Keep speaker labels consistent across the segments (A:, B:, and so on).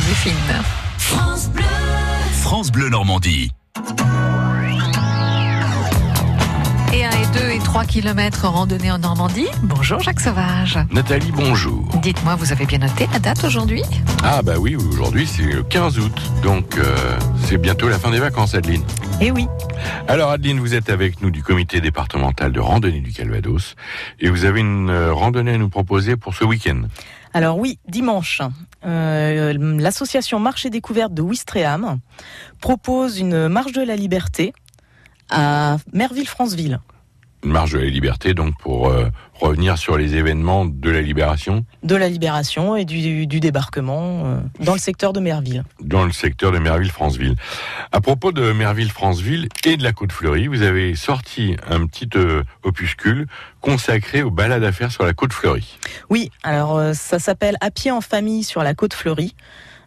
A: Joséphine.
B: France Bleu. France Bleu Normandie.
A: Et 1 et 2 et 3 km randonnée en Normandie. Bonjour Jacques Sauvage.
C: Nathalie, bonjour.
A: Dites-moi, vous avez bien noté la date aujourd'hui
C: Ah bah oui, aujourd'hui c'est le 15 août, donc euh, c'est bientôt la fin des vacances Adeline.
A: Eh oui.
C: Alors Adeline, vous êtes avec nous du comité départemental de randonnée du Calvados et vous avez une euh, randonnée à nous proposer pour ce week-end.
D: Alors oui, dimanche, euh, l'association Marché Découverte de Ouistreham propose une marche de la liberté à Merville-Franceville.
C: Une marche de la liberté, donc pour euh, revenir sur les événements de la libération
D: De la libération et du, du débarquement euh, dans le secteur de Merville.
C: dans le secteur de Merville-Franceville. À propos de Merville-Franceville et de la Côte Fleurie, vous avez sorti un petit euh, opuscule consacré aux balades à faire sur la Côte Fleurie.
D: Oui, alors euh, ça s'appelle À pied en famille sur la côte fleurie.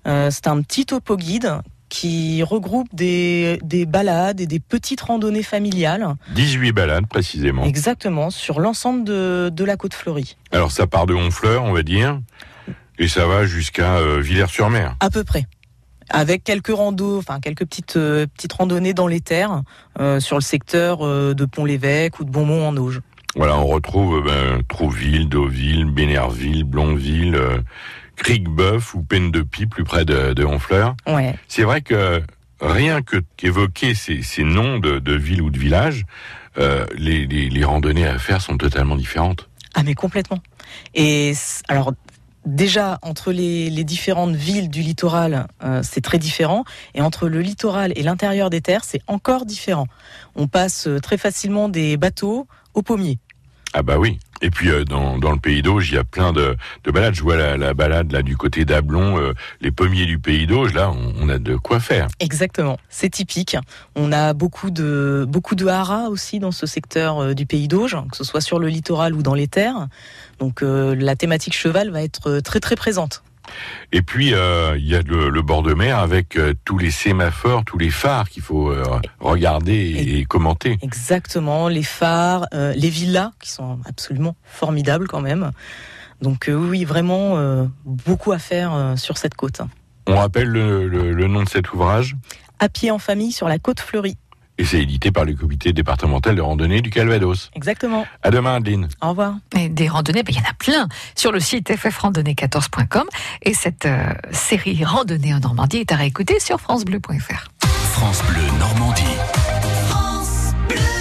D: Euh, c'est un petit topo guide qui regroupe des, des balades et des petites randonnées familiales,
C: 18 balades précisément.
D: exactement, sur l'ensemble de, de la côte fleurie,
C: Alors ça part de Honfleur, on va dire, et ça va jusqu'à euh, Villers-sur-Mer.
D: à peu près. Avec quelques randos, enfin quelques petites, euh, petites randonnées dans les terres, euh, sur le secteur euh, de Pont-l'Évêque ou de Beaumont-en-Auge.
C: Voilà, on retrouve euh, ben, Trouville, Deauville, Bénerville, Blonville, euh, Cricbeuf ou Peine de Pie, plus près de, de Honfleur.
D: Ouais.
C: C'est vrai que rien que qu'évoquer ces, ces noms de, de villes ou de villages, euh, les, les- les randonnées à faire sont totalement différentes.
D: Ah mais complètement. Et c- alors déjà entre les, les différentes villes du littoral, euh, c'est très différent. Et entre le littoral et l'intérieur des terres, c'est encore différent. On passe euh, très facilement des bateaux aux pommiers.
C: Ah bah oui. Et puis euh, dans, dans le Pays d'Auge, il y a plein de, de balades. Je vois la, la balade là du côté d'Ablon, euh, les pommiers du Pays d'Auge. Là, on, on a de quoi faire.
D: Exactement. C'est typique. On a beaucoup de beaucoup de haras aussi dans ce secteur euh, du pays d'Auge, que ce soit sur le littoral ou dans les terres. Donc euh, la thématique cheval va être euh, très très présente.
C: Et puis euh, il y a le, le bord de mer avec euh, tous les sémaphores, tous les phares qu'il faut euh, regarder et, et commenter.
D: Exactement, les phares, euh, les villas qui sont absolument formidables quand même. Donc euh, oui, vraiment euh, beaucoup à faire euh, sur cette côte.
C: On rappelle le, le- le nom de cet ouvrage
D: À pied en famille sur la côte fleurie.
C: et c'est édité par le comité départemental de randonnée du Calvados.
D: Exactement.
C: À demain, Adeline.
D: Au revoir.
A: Et des randonnées, ben, il y en a plein sur le site ffrandonnée14.com. Et cette euh, série Randonnée en Normandie est à réécouter sur francebleu.fr.
B: France Bleu Normandie. France Bleu.